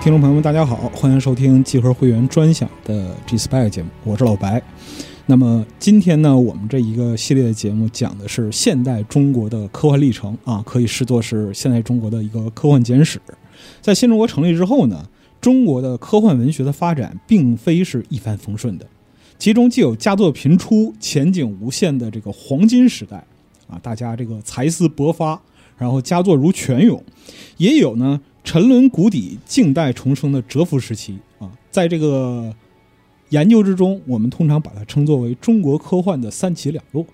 听众朋友们，大家好，欢迎收听集合会员专享的 G Spy 节目，我是老白。那么今天呢，我们这一个系列的节目讲的是现代中国的科幻历程啊，可以视作是现代中国的一个科幻简史。在新中国成立之后呢，中国的科幻文学的发展并非是一帆风顺的，其中既有佳作频出、前景无限的这个黄金时代啊，大家这个才思勃发，然后佳作如泉涌，也有呢沉沦谷底、静待重生的蛰伏时期啊，在这个。研究之中，我们通常把它称作为中国科幻的三起两落。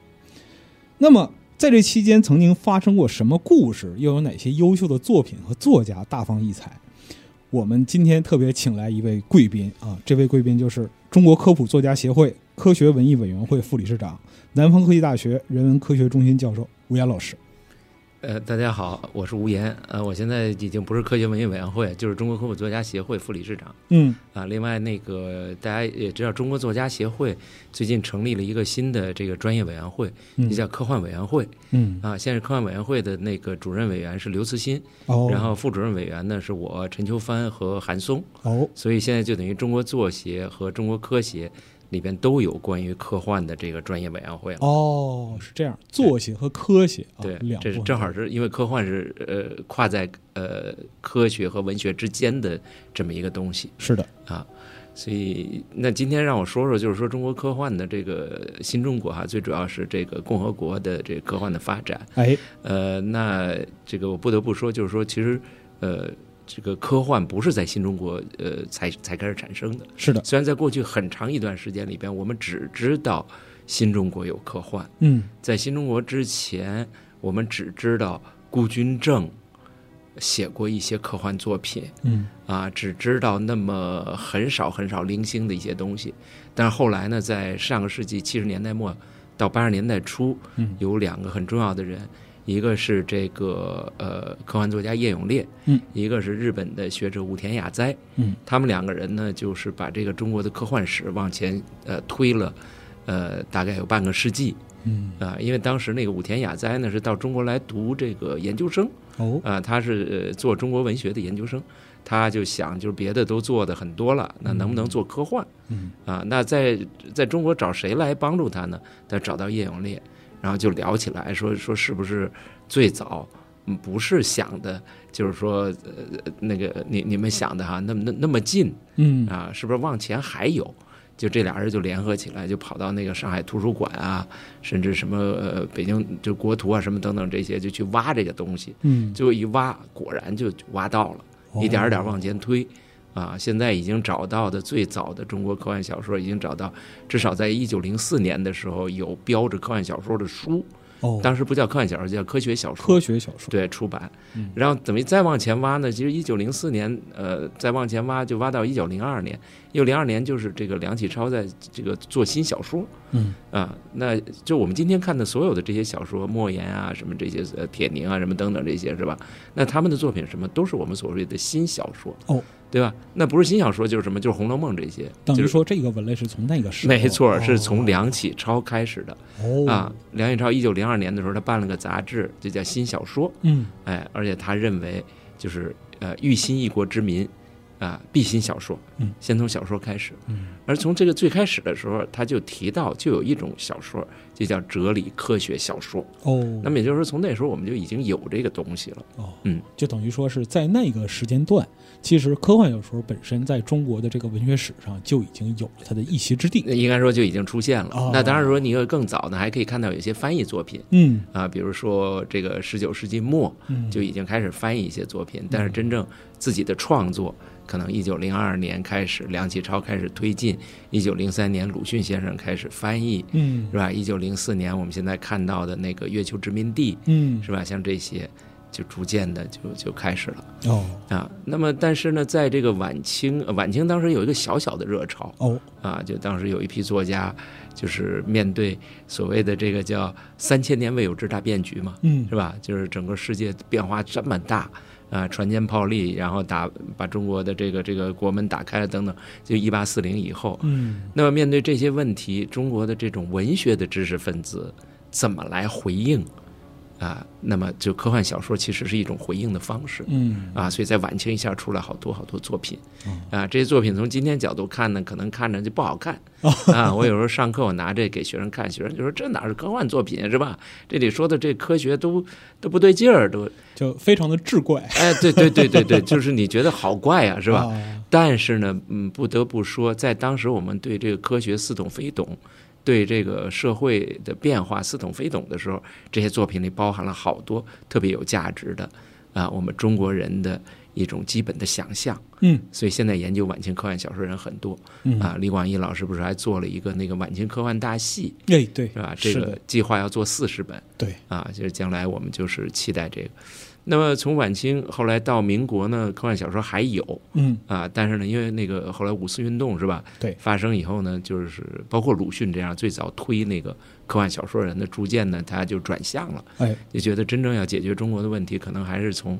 那么，在这期间曾经发生过什么故事，又有哪些优秀的作品和作家大放异彩？我们今天特别请来一位贵宾啊，这位贵宾就是中国科普作家协会科学文艺委员会副理事长、南方科技大学人文科学中心教授吴岩老师。呃，大家好，我是吴岩。呃，我现在已经不是科学文艺委员会，就是中国科普作家协会副理事长。嗯啊，另外那个大家也知道，中国作家协会最近成立了一个新的这个专业委员会，嗯就叫科幻委员会嗯啊。现在科幻委员会的那个主任委员是刘慈欣，哦然后副主任委员呢是我陈秋帆和韩松，哦所以现在就等于中国作协和中国科协里边都有关于科幻的这个专业委员会了。哦，是这样，作协和科协啊，嗯对，两这是部分正好是因为科幻是呃跨在呃科学和文学之间的这么一个东西，是的，所以那今天让我说说，就是说中国科幻的这个新中国哈、最主要是这个共和国的这个科幻的发展。哎呃，那这个我不得不说，就是说其实呃这个科幻不是在新中国呃才才开始产生的，是的，虽然在过去很长一段时间里边，我们只知道新中国有科幻。嗯在新中国之前，我们只知道顾钧正写过一些科幻作品嗯啊，只知道那么很少很少零星的一些东西。但是后来呢，在上个世纪七十年代末到八十年代初，嗯有两个很重要的人，一个是这个呃科幻作家叶永烈，嗯，一个是日本的学者武田雅哉，嗯，他们两个人呢，就是把这个中国的科幻史往前呃推了，呃大概有半个世纪。嗯啊，因为当时那个武田雅哉呢是到中国来读这个研究生哦啊，他是呃做中国文学的研究生，他就想就是别的都做的很多了，那能不能做科幻嗯啊？那在在中国找谁来帮助他呢？他找到叶永烈，然后就聊起来说说是不是最早。嗯不是想的，就是说，呃，那个你你们想的哈，那么那那么近，嗯啊，是不是往前还有？就这俩人就联合起来，就跑到那个上海图书馆啊，甚至什么呃北京就国图啊什么等等这些，就去挖这个东西。嗯，最后一挖，果然就挖到了，哦一点儿一点儿往前推。啊，现在已经找到的最早的中国科幻小说，已经找到，至少在一九零四年的时候有标着科幻小说的书，哦，当时不叫科幻小说，叫科学小说。科学小说，对出版嗯，然后等于再往前挖呢，其实一九零四年，呃，再往前挖就挖到一九零二年，一九零二年就是这个梁启超在这个做新小说嗯啊，那就我们今天看的所有的这些小说，莫言啊，什么这些呃铁凝啊，什么等等这些是吧？那他们的作品什么都是我们所谓的新小说哦，对吧？那不是新小说就是什么，就是《红楼梦》这些，等就于是说这个文类是从那个时候，没错，哦是从梁启超开始的哦啊。梁启超一九零二年的时候，他办了个杂志，就叫《新小说》。嗯哎，而且他认为就是呃，欲新一国之民，啊、必新小说，嗯先从小说开始。嗯而从这个最开始的时候，他就提到就有一种小说，就叫哲理科学小说。哦，那么也就是说，从那时候我们就已经有这个东西了。哦嗯，就等于说是在那个时间段，其实科幻小说本身在中国的这个文学史上就已经有了它的一席之地。那应该说就已经出现了。哦那当然说，你要更早呢，还可以看到有些翻译作品嗯啊，比如说这个十九世纪末嗯，就已经开始翻译一些作品，但是真正自己的创作，可能一九零二年开始，梁启超开始推进，一九零三年鲁迅先生开始翻译，嗯是吧？一九零四年我们现在看到的那个《月球殖民地》，嗯是吧？像这些，就逐渐的就就开始了哦啊。那么，但是呢，在这个晚清，呃晚清当时有一个小小的热潮哦啊，就当时有一批作家，就是面对所谓的这个叫“三千年未有之大变局”嘛，嗯是吧？就是整个世界变化这么大啊、船坚炮利，然后打把中国的这个这个国门打开了等等，就一八四零以后，嗯那么面对这些问题，中国的这种文学的知识分子怎么来回应啊，那么就科幻小说其实是一种回应的方式嗯啊，所以在晚清一下出了好多好多作品嗯啊，这些作品从今天角度看呢，可能看着就不好看啊。我有时候上课我拿这给学生看，学生就说这哪是科幻作品啊是吧？这里说的这科学都都不对劲儿，都就非常的智怪，哎，对对对对对，就是你觉得好怪啊，是吧？啊但是呢，嗯，不得不说，在当时我们对这个科学似懂非懂，对这个社会的变化似懂非懂的时候，这些作品里包含了好多特别有价值的啊，我们中国人的一种基本的想象。嗯所以现在研究晚清科幻小说人很多嗯，啊，李广义老师不是还做了一个那个晚清科幻大戏哎，对，是吧？这是个的，计划要做四十本。对，啊，就是将来我们就是期待这个。那么从晚清后来到民国呢，科幻小说还有，嗯啊，但是呢，因为那个后来五四运动是吧？对发生以后呢，就是包括鲁迅这样最早推那个科幻小说人的，逐渐呢他就转向了，哎，就觉得真正要解决中国的问题，可能还是从，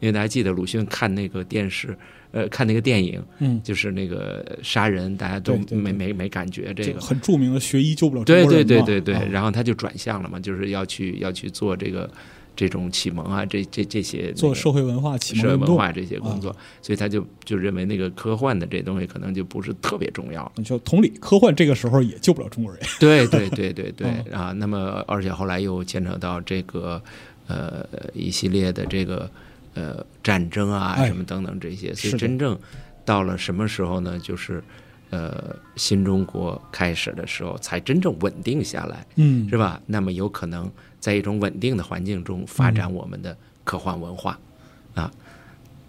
因为大家记得鲁迅看那个电视，呃，看那个电影，嗯，就是那个呃杀人，大家都对对对没没没感觉这这个。很著名的学医救不了中对国对人对嘛对对，啊然后他就转向了嘛，就是要去要去做这个这种启蒙啊，这这这些那做个社会文化启蒙社会运文动，化这些工作，所以他就就认为那个科幻的这东西可能就不是特别重要。就同理，科幻这个时候也救不了中国人，对对对对 对啊！那么而且后来又牵扯到这个呃一系列的这个呃战争啊哎什么等等这些，所是以的真正到了什么时候呢？就是呃新中国开始的时候才真正稳定下来，嗯是吧？那么有可能在一种稳定的环境中发展嗯我们的科幻文化，啊，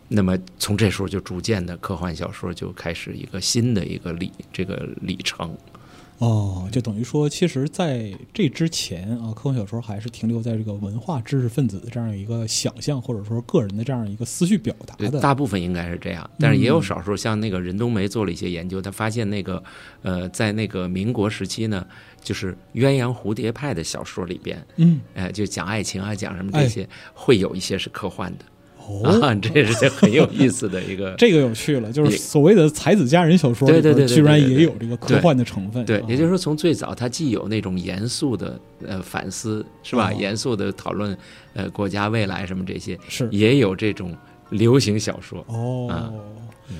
那么从这时候就逐渐的科幻小说就开始一个新的一个里这个里程，哦，就等于说，其实在这之前啊，科幻小说还是停留在这个文化知识分子的这样一个想象，或者说个人的这样一个思绪表达对，的。大部分应该是这样，但是也有少数像那个任冬梅做了一些研究，她发现那个呃，在那个民国时期呢，就是鸳鸯蝴蝶派的小说里边，嗯，呃，就讲爱情啊，讲什么这些，会有一些是科幻的、哎哦，啊，这是就很有意思的 一个这个有趣了，就是也所谓的才子佳人小说里对对边，对对居然对对也对有这个科幻的成分。对啊，也就是说，从最早它既有那种严肃的呃反思，是吧？哦严肃的讨论呃国家未来什么这些，是也有这种流行小说。啊哦，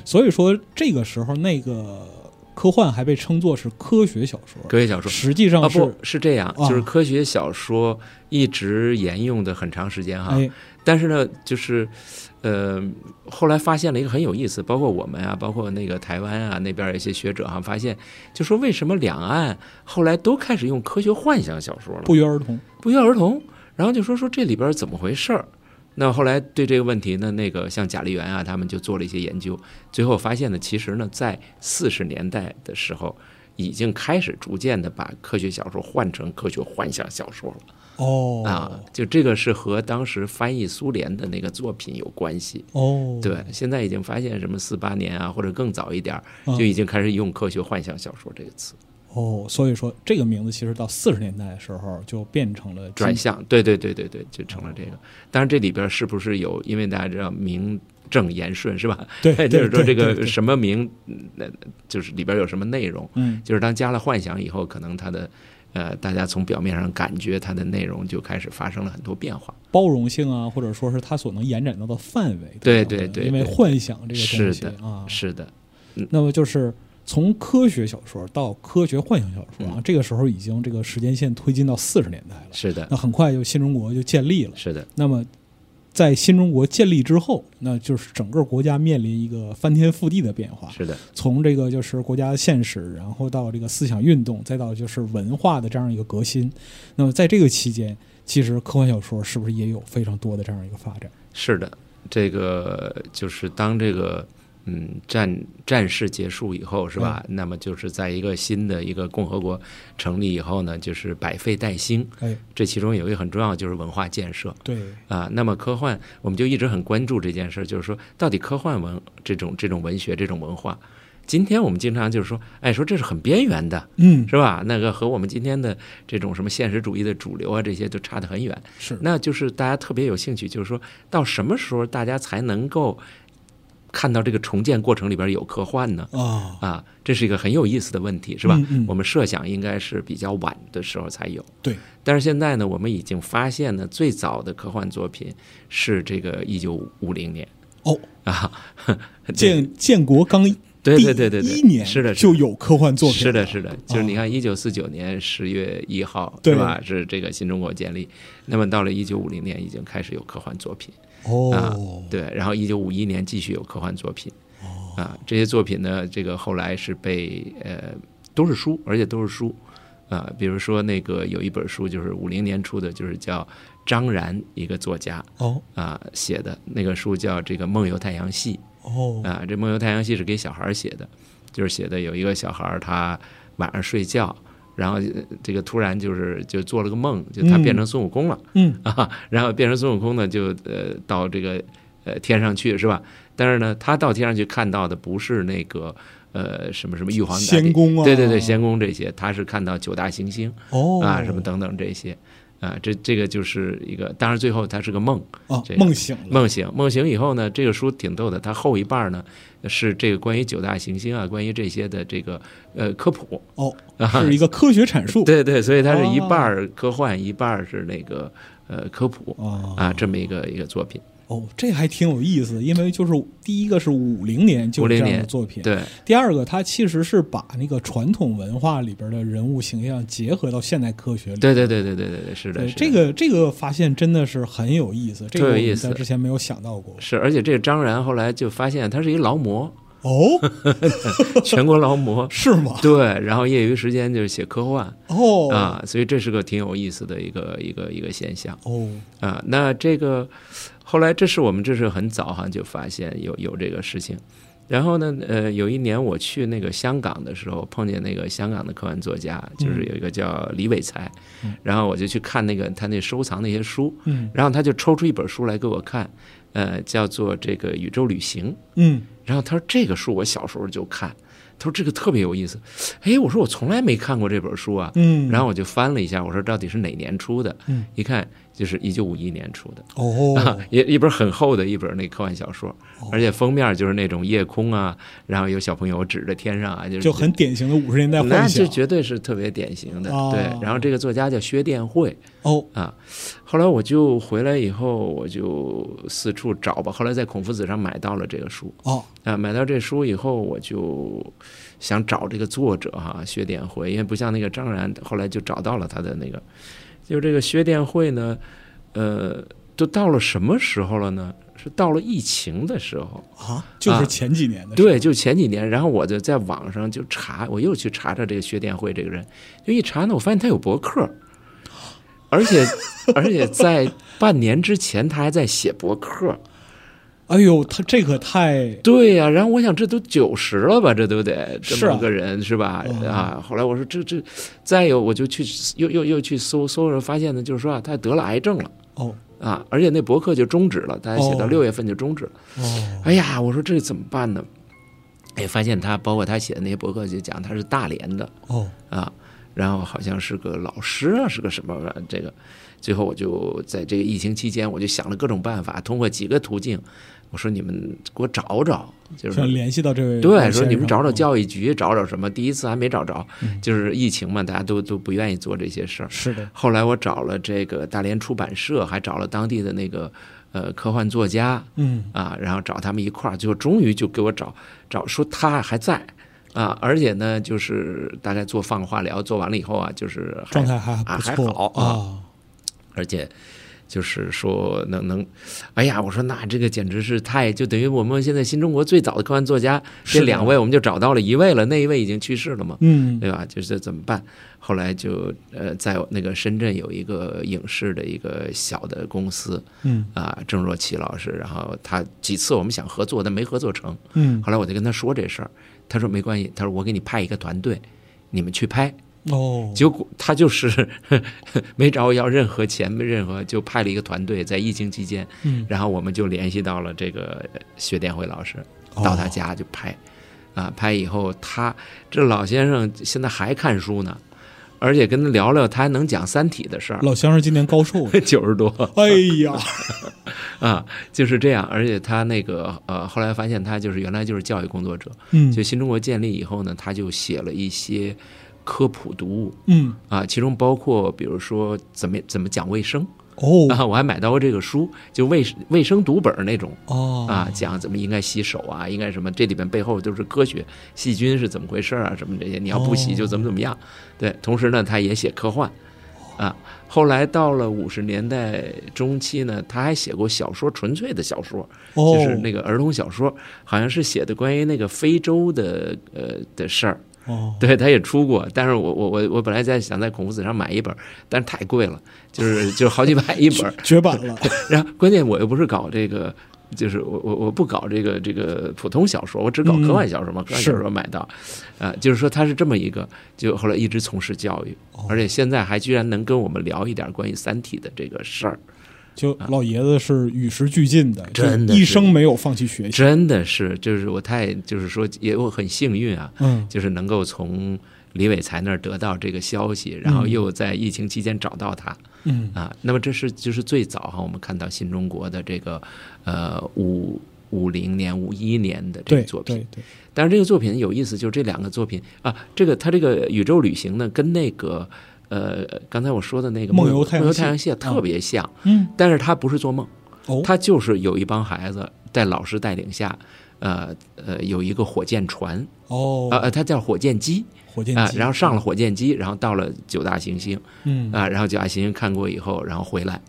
所以说这个时候那个科幻还被称作是科学小说，科学小说实际上啊，是不是这样，啊就是科学小说一直沿用的很长时间哈。哎，但是呢，就是呃，后来发现了一个很有意思，包括我们啊，包括那个台湾啊那边有一些学者哈、发现就说为什么两岸后来都开始用科学幻想小说了？不约而同。不约而同，然后就说说这里边怎么回事儿。那后来对这个问题呢，那个像贾立原啊，他们就做了一些研究，最后发现呢，其实呢，在四十年代的时候，已经开始逐渐的把科学小说换成科学幻想小说了、哦啊。就这个是和当时翻译苏联的那个作品有关系。哦，对，现在已经发现什么四八年啊，或者更早一点儿，嗯就已经开始用科学幻想小说这个词哦，所以说这个名字其实到四十年代的时候就变成了转今向，对对对对对，就成了这个。当然，这里边是不是有？因为大家知道名正言顺是 吧？对，对哎就是说对对这个对什么名，那就是里边有什么内容。嗯，就是当加了幻想以后，可能它的呃，大家从表面上感觉它的内容就开始发生了很多变化。包容性啊，或者说是它所能延展到的范围等等的，对对对因为对幻想这个东是西的啊，是的，那么就是。从科学小说到科学幻想小说啊，嗯这个时候已经这个时间线推进到四十年代了。是的那，很快就新中国就建立了。是的，那么，在新中国建立之后，那就是整个国家面临一个翻天覆地的变化。是的，从这个就是国家现实，然后到这个思想运动，再到就是文化的这样一个革新。那么在这个期间，其实科幻小说是不是也有非常多的这样一个发展？是的。这个就是当这个。嗯，战战事结束以后是吧？嗯那么就是在一个新的一个共和国成立以后呢，就是百废待兴，哎，这其中有一个很重要，就是文化建设对，啊。那么科幻，我们就一直很关注这件事儿，就是说，到底科幻文这种这种文学这种文化，今天我们经常就是说，哎，说这是很边缘的，嗯，是吧？那个和我们今天的这种什么现实主义的主流啊，这些都差得很远。是，那就是大家特别有兴趣，就是说到什么时候大家才能够看到这个重建过程里边有科幻呢？啊，啊，这是一个很有意思的问题，是吧？嗯嗯我们设想应该是比较晚的时候才有，对，但是现在呢，我们已经发现呢，最早的科幻作品是这个一九五零年哦，啊， 对建建国刚对对对对第对，一年是的，是的就有科幻作品，哦是的，是的，就是你看，一九四九年十月一号，对是吧？是这个新中国建立。那么到了一九五零年，已经开始有科幻作品，啊哦，对。然后一九五一年继续有科幻作品，啊，这些作品呢，这个后来是被呃都是书，而且都是书，啊，比如说那个有一本书就是五零年出的，就是叫张然一个作家哦啊写的那个书叫这个《梦游太阳系》，哦，啊，这《梦游太阳系》是给小孩儿写的，就是写的有一个小孩儿他晚上睡觉，然后呃这个突然就是就做了个梦，就他变成孙悟空了、嗯 啊，然后变成孙悟空呢，就呃到这个呃天上去是吧？但是呢，他到天上去看到的不是那个呃什么什么玉皇大仙帝，宫啊，对对对，仙宫这些，他是看到九大行星哦啊什么等等这些。啊，这这个就是一个，当然最后它是个梦，啊这，个梦醒了，梦醒，梦醒以后呢，这个书挺逗的，它后一半呢是这个关于九大行星啊，关于这些的这个呃科普。哦啊，是一个科学阐述， 对对，所以它是一哦半儿科幻，一半儿是那个呃科普啊啊，这么一个一个作品。哦，这还挺有意思的，因为就是第一个是五零年就有这50样的年作品，对第二个它其实是把那个传统文化里边的人物形象结合到现代科学里。对对对对对对对，是的，对是的这个这个发现真的是很有意思，这个我特有意们思在之前没有想到过。是，而且这个张然后来就发现他是一 劳模，哦，。全国劳模是 吗？对，然后业余时间就是写科幻哦，啊，所以这是个挺有意思的一个一个一个现象。哦，啊，那这个后来这是我们这是很早好像就发现有有这个事情。然后呢，呃，有一年我去那个香港的时候，碰见那个香港的科幻作家，就是有一个叫李伟才，然后我就去看那个他那收藏那些书，嗯然后他就抽出一本书来给我看，呃，叫做这个《宇宙旅行》。嗯，然后他说这个书我小时候就看，他说这个特别有意思，哎，我说我从来没看过这本书啊，嗯然后我就翻了一下，我说到底是哪年出的？嗯，一看就是一九五一年出的，哦， 也一本很厚的一本那科幻小说哦，而且封面就是那种夜空啊，然后有小朋友指着天上啊，就是就很典型的五十年代那幻这想。绝对是特别典型的，哦对。然后这个作家叫薛殿慧哦，啊，后来我就回来以后，我就四处找吧，后来在孔夫子上买到了这个书，哦，啊，买到这书以后，我就想找这个作者哈、薛殿辉，因为不像那个张然，后来就找到了他的那个，就这个薛殿辉呢，呃，都到了什么时候了呢？是到了疫情的时候，啊，就是前几年的事。对，就前几年。然后我就在网上就查，我又去查查这个薛殿辉这个人，就一查呢，我发现他有博客，而且而且在半年之前他还在写博客。哎呦，他这可太对呀、然后我想这都九十了吧，这都得是这啊么个人是吧？嗯啊，后来我说这这，再有我就去又又又去搜搜着，发现呢就是说啊，他得了癌症了哦啊，而且那博客就终止了，他写到哦六月份就终止了。哦哎呀，我说这怎么办呢？哎，发现他包括他写的那些博客就讲他是大连的哦啊，然后好像是个老师啊，是个什么玩意儿这个，最后我就在这个疫情期间，我就想了各种办法，通过几个途径，我说你们给我找找，就是想联系到这位对，先说你生们找找哦教育局，找找什么？第一次还没找着，嗯就是疫情嘛，大家都都不愿意做这些事儿。是的，后来我找了这个大连出版社，还找了当地的那个呃科幻作家嗯，啊，然后找他们一块儿，最后终于就给我找找说他还在啊，而且呢，就是大概做放化疗做完了以后啊，就是还状态还啊不还错好啊，而且就是说能能，哎呀，我说那这个简直是太就等于我们现在新中国最早的科幻作家是这的两位，我们就找到了一位了，那一位已经去世了嘛，嗯对吧？就是怎么办？后来就呃，在那个深圳有一个影视的一个小的公司嗯啊，郑若琪老师，然后他几次我们想合作，但没合作成。嗯，后来我就跟他说这事儿，他说没关系，他说我给你派一个团队，你们去拍。哦，结果他就是 没找我要任何钱，没任何，就派了一个团队在疫情期间，嗯然后我们就联系到了这个呃薛殿辉老师，哦到他家就拍，啊，拍以后他这老先生现在还看书呢，而且跟他聊聊，他还能讲《三体》的事儿， 老乡是今年高寿了，九十多哎 呀，啊，就是这样。而且他那个呃，后来发现他就是原来就是教育工作者，嗯就新中国建立以后呢，他就写了一些科普读物嗯，啊，其中包括比如说怎么怎么讲卫生哦啊，我还买到过这个书，就卫卫生读本儿那种哦啊，讲怎么应该洗手啊，应该什么，这里边背后都是科学，细菌是怎么回事儿啊，什么这些，你要不洗就怎么怎么样。对，同时呢，他也写科幻，啊，后来到了五十年代中期呢，他还写过小说，纯粹的小说，哦，就是那个儿童小说，好像是写的关于那个非洲的呃的事儿。哦， 对，他也出过，但是我我我我本来在想在孔夫子上买一本，但是太贵了，就是就是好几百一 本， 绝版了，然后关键我又不是搞这个，就是我我我不搞这个这个普通小说，我只搞科幻小说嘛，科幻小嗯是说买到，呃，就是说他是这么一个，就后来一直从事教育，哦而且现在还居然能跟我们聊一点关于《三体》的这个事嗯儿，就老爷子是与时俱进的，就 真的是一生没有放弃学习，真的是，就是我太就是说也我很幸运啊，嗯就是能够从李伟才那儿得到这个消息，然后又在疫情期间找到他，嗯啊，那么这是就是最早哈，我们看到新中国的这个呃五五零年、五一年的这对个作品对。对，但是这个作品有意思，就是这两个作品啊，这个它这个宇宙旅行呢，跟那个呃刚才我说的那个梦游游太阳梦游系啊太阳系啊特别像，嗯但是它不是做梦，哦，它就是有一帮孩子在老师带领下。呃呃，有一个火箭船，哦啊，呃，它叫火箭机火箭啊、机，然后上了火箭机，然后到了九大行星，嗯啊，然后就爱行星看过以后，然后回来，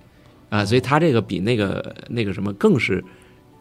啊，所以他这个比那个那个什么更是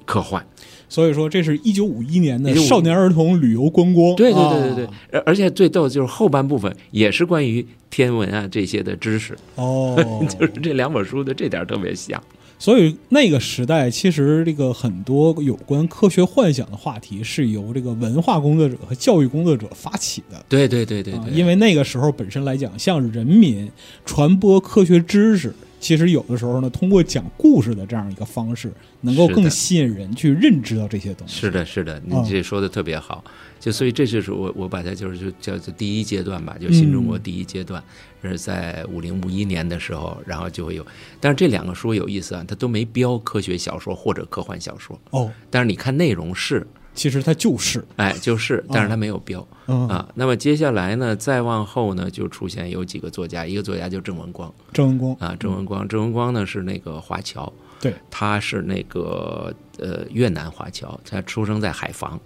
科幻，所以说，这是一九五一年的1951少年儿童旅游观光。对对对对对啊，而、而且最逗就是后半部分也是关于天文啊这些的知识，哦， 就是这两本书的这点儿特别像，所以那个时代，其实这个很多有关科学幻想的话题是由这个文化工作者和教育工作者发起的。对对对对啊对，因哦为为那个时候本身来讲，向人民传播科学知识，其实有的时候呢，通过讲故事的这样一个方式，能够是的更吸引人去认知到这些东西。是的，是的，你嗯这说的特别好，就所以这就是我我把它就是就叫做第一阶段吧，就新中国嗯第一阶段，是在五零五一年的时候，然后就会有，但是这两个书有意思啊，它都没标科学小说或者科幻小说。哦，但是你看内容是，其实它就是，哎，就是，但是它没有标、嗯，啊。那么接下来呢，再往后呢，就出现有几个作家，一个作家叫郑文光郑文光，啊，郑文光，郑文光呢是那个华侨，对，他是那个呃越南华侨，他出生在海防，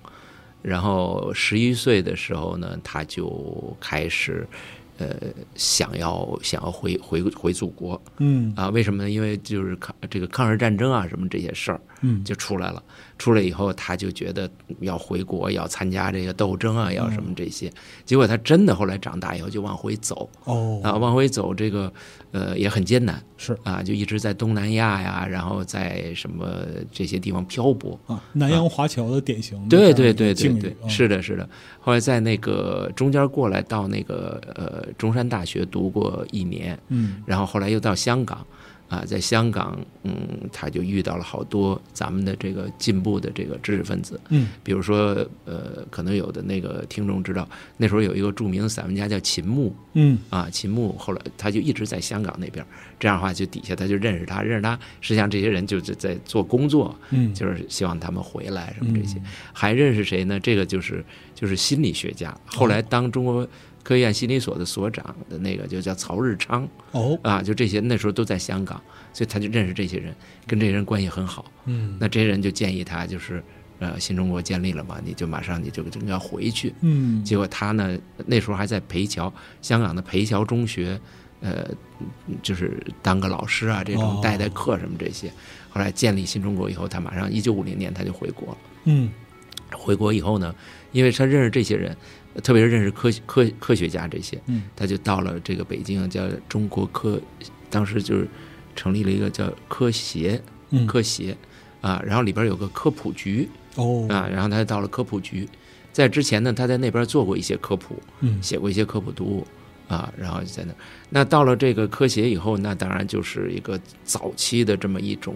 然后十一岁的时候呢，他就开始。呃，想要想要回回回祖国嗯啊？为什么呢？因为就是抗这个抗日战争啊，什么这些事儿，嗯，就出来了。出来以后，他就觉得要回国，要参加这个斗争嗯啊，要什么这些。结果他真的后来长大以后就往回走哦，啊，往回走这个呃也很艰难是啊，就一直在东南亚呀，然后在什么这些地方漂泊。啊，南洋华侨的典型的对这样对一嗯个对对境遇对，啊是的，是的。后来在那个中间过来到那个呃中山大学读过一年，嗯然后后来又到香港，啊，在香港，嗯，他就遇到了好多咱们的这个进步的这个知识分子，嗯比如说，呃，可能有的那个听众知道，那时候有一个著名的散文家叫秦牧嗯啊，秦牧后来他就一直在香港那边，这样的话就底下他就认识他，认识他，实际上这些人就是在做工作，嗯，就是希望他们回来什么这些，还认识谁呢？这个就是就是心理学家，后来当中国科学院心理所的所长的那个就叫曹日昌。哦，啊，就这些那时候都在香港，所以他就认识这些人，跟这些人关系很好。嗯那这些人就建议他，就是呃，新中国建立了嘛，你就马上你就就应该回去。嗯，结果他呢，那时候还在培侨，香港的培侨中学，呃，就是当个老师啊，这哦种带带课什么这些。后来建立新中国以后，他马上一九五零年他就回国了。嗯回国以后呢，因为他认识这些人，特别是认识科学科科学家这些，嗯他就到了这个北京，叫中国科，当时就是成立了一个叫科协，嗯科协啊，然后里边有个科普局哦啊，然后他就到了科普局，在之前呢，他在那边做过一些科普，嗯写过一些科普读物啊，然后就在那儿。那到了这个科协以后，那当然就是一个早期的这么一种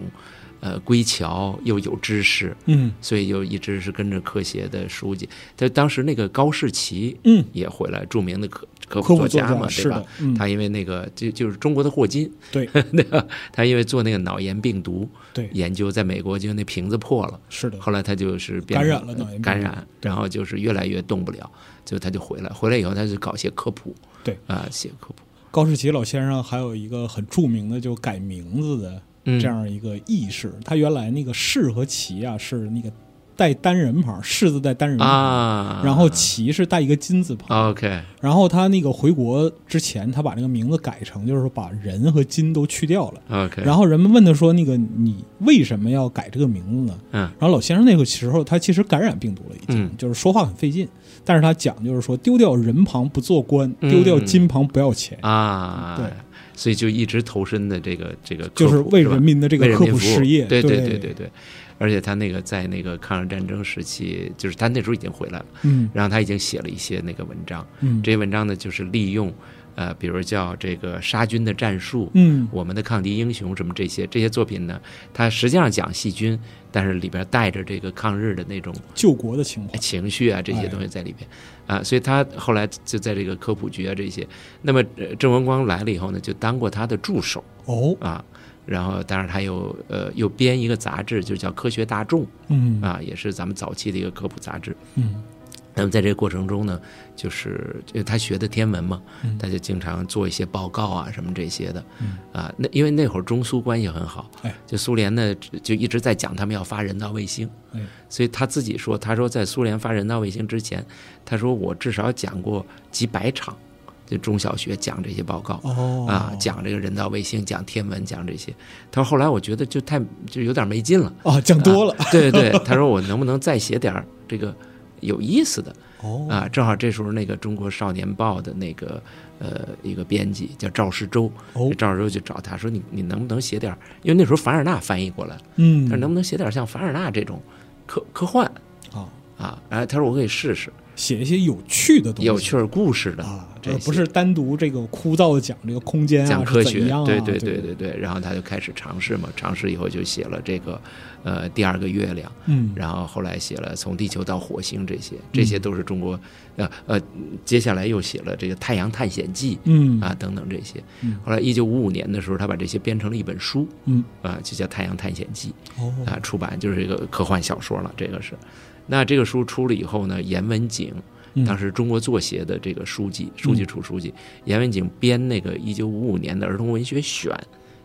呃归侨，又有知识，嗯所以就一直是跟着科协的书记。他当时那个高士奇嗯，也回来，著名的科科科普普作作家嘛，是对吧的？，嗯，他因为那个就就是中国的霍金，对吧 他因为做那个脑炎病毒对，研究，在美国就那瓶子破了，是的，后来他就是变感成染了脑炎病毒感染，然后就是越来越动不了，就他就回来，回来以后他就搞些科普，对啊、写科普，高士奇老先生还有一个很著名的，就改名字的嗯，这样一个意识。他原来那个士和奇啊是那个带单人旁，士字带单人旁，啊，然后奇是带一个金字旁。 OK，然后他那个回国之前，他把那个名字改成就是说把人和金都去掉了。 OK，然后人们问他说：“那个你为什么要改这个名字呢？”嗯然后老先生那个时候他其实感染病毒了，已经、嗯就是说话很费劲，但是他讲就是说丢掉人旁不做官，嗯丢掉金旁不要钱，啊，对，所以就一直投身的这个这个科普，就是为是吧人民的这为个人科民普服务事业。对对对对，对，而且他那个在那个抗日战争时期，就是他那时候已经回来了，嗯然后他已经写了一些那个文章，嗯这些文章呢就是利用，呃，比如叫这个杀菌的战术，嗯我们的抗敌英雄什么这些这些作品呢，它实际上讲细菌，但是里边带着这个抗日的那种救国的情怀。情绪啊这些东西在里边，哎啊、所以他后来就在这个科普局啊这些，那么呃郑文光来了以后呢，就当过他的助手哦，啊。然后，当然他又呃又编一个杂志，就叫《科学大众》嗯啊，也是咱们早期的一个科普杂志。嗯那么在这个过程中呢，就是呃他学的天文嘛嗯，他就经常做一些报告啊什么这些的嗯，啊，那因为那会儿中苏关系很好哎，就苏联呢就一直在讲他们要发人造卫星哎，所以他自己说，他说在苏联发人造卫星之前，他说我至少讲过几百场，就中小学讲这些报告。哦啊，讲这个人造卫星，讲天文，讲这些。他说后来我觉得就太就有点没劲了。啊讲多了对对，对他说我能不能再写点儿这个有意思的？哦啊，正好这时候那个《中国少年报》的那个呃一个编辑叫赵世周，哦赵世周就找他说你你能不能写点儿，因为那时候凡尔纳翻译过来，嗯他说能不能写点儿像凡尔纳这种科科幻啊啊？哎，他说我可以试试，写一些有趣的东西有趣儿故事的。啊，这而些不是单独这个枯燥的讲这个空间啊讲科是学，怎样啊，对对对，对对，然后他就开始尝试嘛，尝试以后就写了这个，呃，第二个月亮，嗯然后后来写了从地球到火星这些，这些都是中国，呃呃，接下来又写了这个《太阳探险记》，嗯啊等等这些嗯。后来一九五五年的时候，他把这些编成了一本书，嗯啊，就叫《太阳探险记哦》啊，出版就是一个科幻小说了，这个是。那这个书出了以后呢，严文景嗯当时中国作协的这个书记、书记处书记严文景编那个一九五五年的儿童文学选，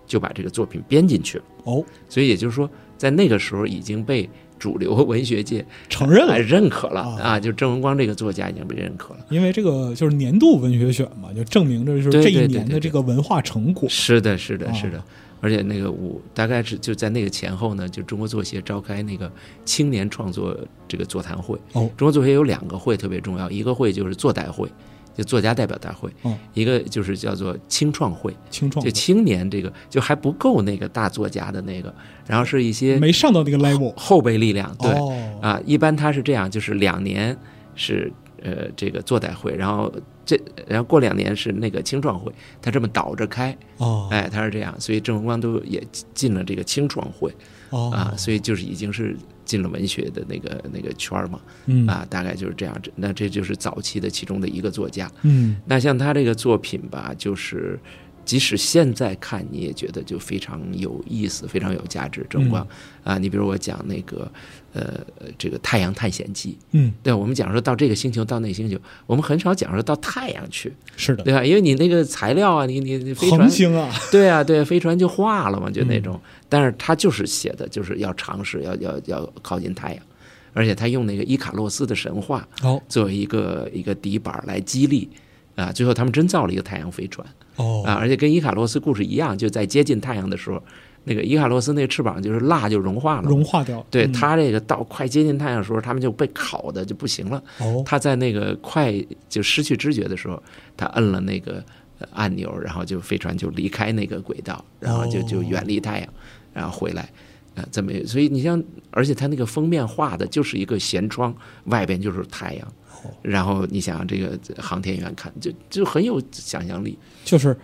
就把这个作品编进去了。哦所以也就是说，在那个时候已经被主流文学界承认了哎。认可了啊啊，就郑文光这个作家已经被认可了。因为这个就是年度文学选嘛，就证明着就是这对对一对年对的对这个文化成果。是的，是的，哦是的。而且那个我大概是就在那个前后呢，就中国作协召开那个青年创作这个座谈会。哦中国作协有两个会特别重要，一个会就是作代会，就作家代表大会；哦一个就是叫做青创会，青创就青年这个就还不够那个大作家的那个，然后是一些没上到那个 level。后备力量。对，哦，啊，一般他是这样，就是两年是呃这个作代会，然后这然后过两年是那个青创会，他这么倒着开。哦哎，他是这样，所以郑文光都也进了这个青创会哦啊，所以就是已经是进了文学的那个那个圈儿嘛嗯啊，大概就是这样。这那这就是早期的其中的一个作家。嗯那像他这个作品吧，就是即使现在看，你也觉得就非常有意思，非常有价值。郑文光嗯啊，你比如我讲那个呃这个《太阳探险记》，嗯，对，我们讲说到这个星球到那个星球，我们很少讲说到太阳去，是的，对吧？因为你那个材料啊，你你你飞嗯恒船。星啊， 对啊，对，飞船就化了嘛，就那种。嗯但是他就是写的，就是要尝试，要要要靠近太阳，而且他用那个伊卡洛斯的神话哦作为一个一个底板来激励。啊，最后他们真造了一个太阳飞船啊，哦而且跟伊卡洛斯故事一样，就在接近太阳的时候，那个伊卡洛斯那个翅膀就是蜡就融化了，融化掉，对嗯他这个到快接近太阳的时候，他们就被烤的就不行了。哦他在那个快就失去知觉的时候，他摁了那个呃按钮，然后就飞船就离开那个轨道，然后就哦就远离太阳，然后回来。呃，这么一所以你像，而且他那个封面画的就是一个舷窗，外边就是太阳哦，然后你想想这个航天员看，就就很有想象力。就是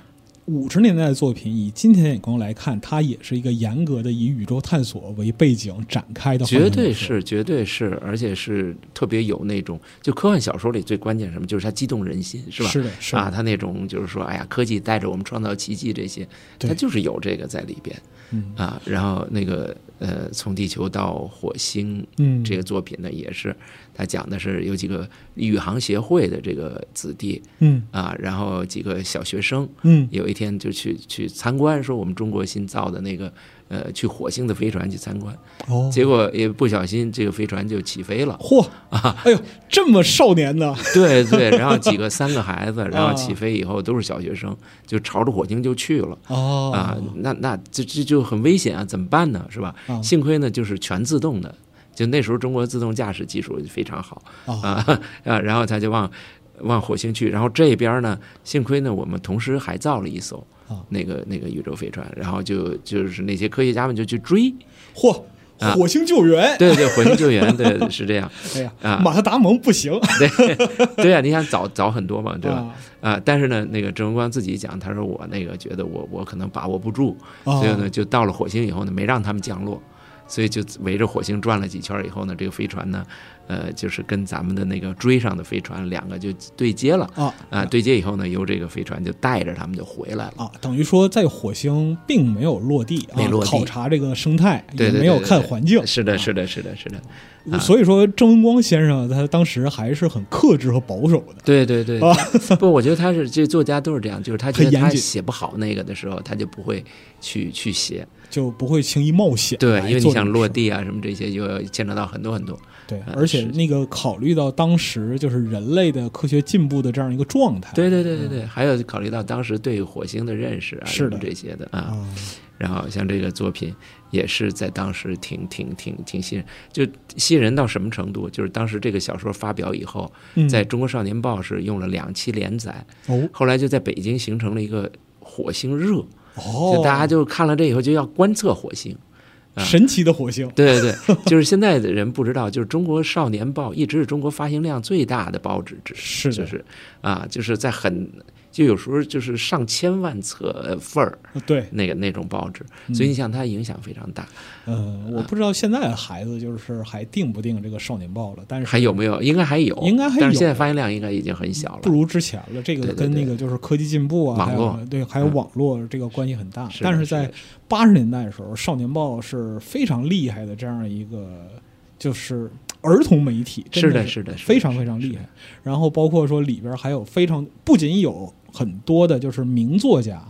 五十年代的作品，以今天的眼光来看，它也是一个严格的以宇宙探索为背景展开的。绝对是，绝对是，而且是特别有那种，就科幻小说里最关键是什么，就是它激动人心，是吧？是的，是啊，，它那种就是说，哎呀，科技带着我们创造奇迹这些，对它就是有这个在里边嗯啊。然后那个呃，从地球到火星嗯，这个作品呢，也是它讲的是有几个宇航协会的这个子弟嗯啊，然后几个小学生，嗯有一天就去去参观，说我们中国新造的那个呃去火星的飞船去参观，哦，。结果也不小心这个飞船就起飞了嚯啊哎呦，这么少年呢？ 对对，然后几个三个孩子，然啊后起飞以后都是小学生，就朝着火星就去了。哦啊，那那这这就很危险啊，怎么办呢？是吧？啊幸亏呢，就是全自动的，就那时候中国自动驾驶技术非常好啊啊 啊，然后他就往往火星去，然后这边呢，幸亏呢，我们同时还造了一艘啊那个那个宇宙飞船，然后就就是那些科学家们就去追，嚯，啊火星救援，对对，火星救援，对是这样，哎呀，啊马特达蒙不行，对啊，你想早早很多嘛，对吧？啊？啊，但是呢，那个郑文光自己讲，他说我那个觉得我我可能把握不住，啊所以呢，就到了火星以后呢，没让他们降落，所以就围着火星转了几圈以后呢，这个飞船呢，呃，就是跟咱们的那个追上的飞船两个就对接了啊啊、对接以后呢，由这个飞船就带着他们就回来了。啊，等于说在火星并没有落地啊，没落地考察这个生态，对对对也没有对看对环境。哦是的，是的，是的，是的，啊所以说，郑文光先生他当时还是很克制和保守的。对对 对。啊不，我觉得他是这作家都是这样，就是他觉得很严他谨写不好那个的时候，他就不会去去写。就不会轻易冒险对，来因为你做这想种落事地啊什么这些，就要牵扯到很多很多。对，呃而且是那个考虑到当时就是人类的科学进步的这样一个状态，对对对对嗯对，还有考虑到当时对火星的认识啊，是什么的这些的啊。啊，然后像这个作品也是在当时挺挺挺挺吸引，就吸引人到什么程度？就是当时这个小说发表以后，嗯在中国少年报是用了两期连载，哦后来就在北京形成了一个火星热，哦就，大家就看了这以后就要观测火星。啊神奇的火星对对对， 就是现在的人不知道，就是中国少年报一直是中国发行量最大的报纸之一，是的，就是啊，就是在很就有时候就是上千万册呃份儿对，那个那种报纸，嗯所以你想它影响非常大，呃，我啊不知道现在的孩子就是还定不定这个少年报了，但是还有没有？应该还有，应该还有但是现在发行量应该已经很小不了。如之前了，这个对对跟那个就是科技进步啊，网还络有对，还有嗯网络这个关系很大。是的但是是的在八十年代的时候，少年报是非常厉害的这样一个就是儿童媒体，真是的，是是的，是的非常非常是的厉害。然后包括说里边还有非常不仅有很多的就是名作家，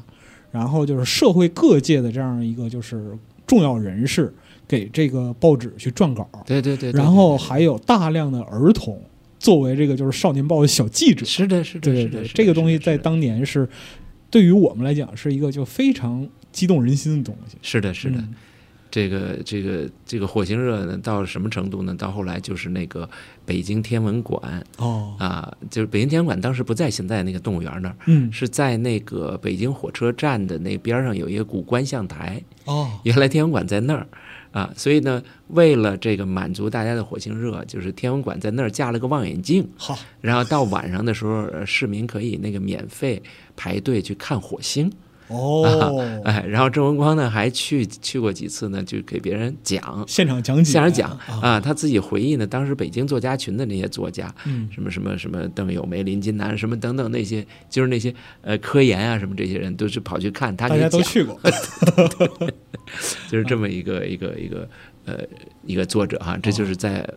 然后就是社会各界的这样一个就是重要人士给这个报纸去撰稿，对对对。对然后还有大量的儿童作为这个就是少年报的小记者对，是的，是的，对对是的对，是的这个东西是的是在的当年是对于我们来讲是一个就非常激动人心的东西。是的，是的嗯，，这个这个这个火星热呢，到什么程度呢？到后来就是那个北京天文馆哦，啊，就是北京天文馆当时不在现在那个动物园那儿，嗯，是在那个北京火车站的那边上有一个古观象台，哦，原来天文馆在那儿啊，所以呢，为了这个满足大家的火星热，就是天文馆在那儿架了个望远镜，好，然后到晚上的时候，呃市民可以那个免费排队去看火星。哦，哎，然后郑文光呢还去去过几次呢，就给别人讲。现场讲解，现场讲啊，啊，他自己回忆呢，当时北京作家群的那些作家，嗯，什么什么什么邓友梅、林金南，什么等等那些，就是那些呃科研啊什么这些人，都是跑去看他大给家讲都，去 过，就是这么一个一个一个呃一个作者哈、这就是在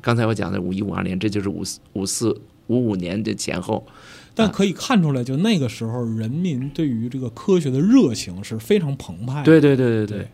刚才我讲的五一五二年，这就是五四五四五五年的前后，但可以看出来，就那个时候人民对于这个科学的热情是非常澎湃的。对对对对对，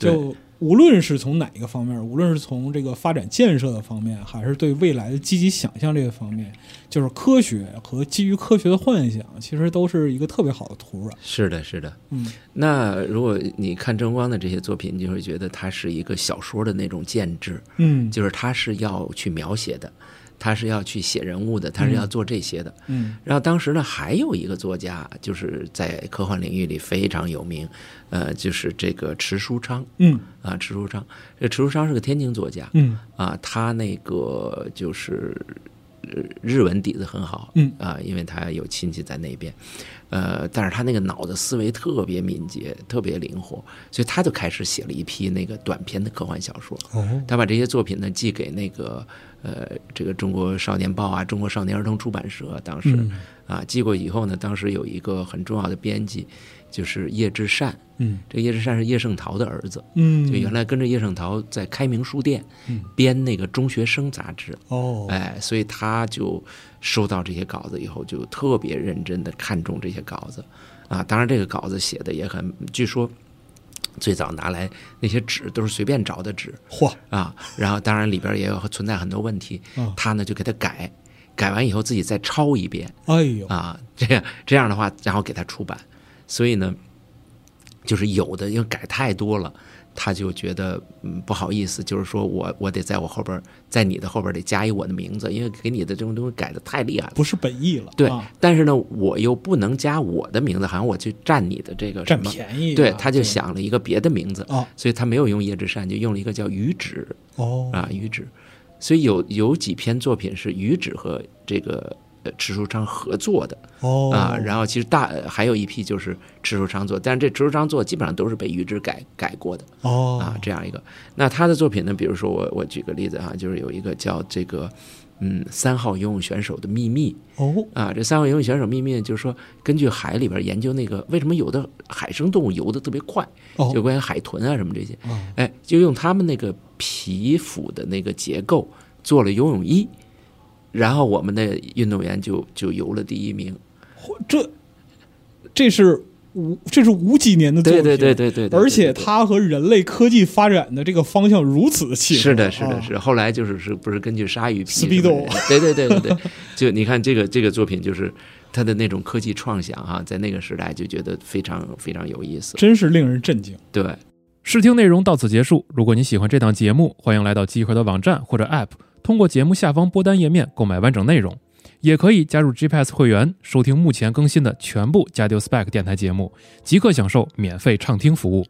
对就无论是从哪一个方面，无论是从这个发展建设的方面，还是对未来的积极想象这个方面，就是科学和基于科学的幻想，其实都是一个特别好的土壤。是的，是的。嗯，那如果你看郑光的这些作品，你就会觉得他是一个小说的那种建制，嗯，就是他是要去描写的，他是要去写人物的，他是要做这些的。嗯然后当时呢，还有一个作家，就是在科幻领域里非常有名，呃，就是这个迟书昌嗯啊，迟书昌，这迟书昌是个天津作家嗯啊，他那个就是呃日文底子很好，嗯啊，因为他有亲戚在那边，呃，但是他那个脑子思维特别敏捷，特别灵活，所以他就开始写了一批那个短篇的科幻小说。哦，他把这些作品呢寄给那个呃，这个《中国少年报》啊，《中国少年儿童出版社》当时、嗯啊寄过以后呢，当时有一个很重要的编辑，就是叶志善。嗯这叶志善是叶圣陶的儿子，嗯，就原来跟着叶圣陶在开明书店嗯编那个中学生杂志。哦，哎，所以他就收到这些稿子以后，就特别认真的看重这些稿子，啊，当然这个稿子写的也很，据说最早拿来那些纸都是随便找的纸嚯，啊，然后当然里边也有存在很多问题嗯，他呢就给他改，改完以后自己再抄一遍哎呦，啊，这样这样的话，然后给他出版，所以呢，就是有的因为改太多了。他就觉得嗯不好意思，就是说我我得在我后边儿，在你的后边儿得加一我的名字，因为给你的这种东西改的太厉害了。不是本意了，对，啊但是呢，我又不能加我的名字，好像我去占你的这个什占么。便宜啊，对，他就这想了一个别的名字，哦所以他没有用叶之善，就用了一个叫鱼止哦，啊鱼止。所以有有几篇作品是鱼止和这个呃池书昌合作的，哦啊，然后其实大呃还有一批就是池树昌作，但是这池树昌作基本上都是被于之改改过的哦啊，这样一个。那他的作品呢，比如说我我举个例子啊，就是有一个叫这个嗯三号游泳选手的秘密哦，啊，这三号游泳选手秘密呢就是说根据海里边研究那个为什么有的海生动物游得特别快，哦就关于海豚啊什么这些，啊哎，就用他们那个皮肤的那个结构做了游泳衣。然后我们的运动员就就游了第一名，嚯这这是五这是五几年的作对品，对对对对，对而且对对它和人类科技发展的这个方向如此的契合，是的，是啊的，是的后来就是是不是根据鲨鱼皮 Speedo 什么的？对对对对对， 就你看这个这个作品，就是它的那种科技创想啊，在那个时代就觉得非常非常有意思。真是令人震惊。对，试听内容到此结束。如果你喜欢这档节目，欢迎来到集合的网站或者 App，通过节目下方播单页面购买完整内容，也可以加入 GPS 会员，收听目前更新的全部《加丢 Spec》电台节目，即刻享受免费畅听服务。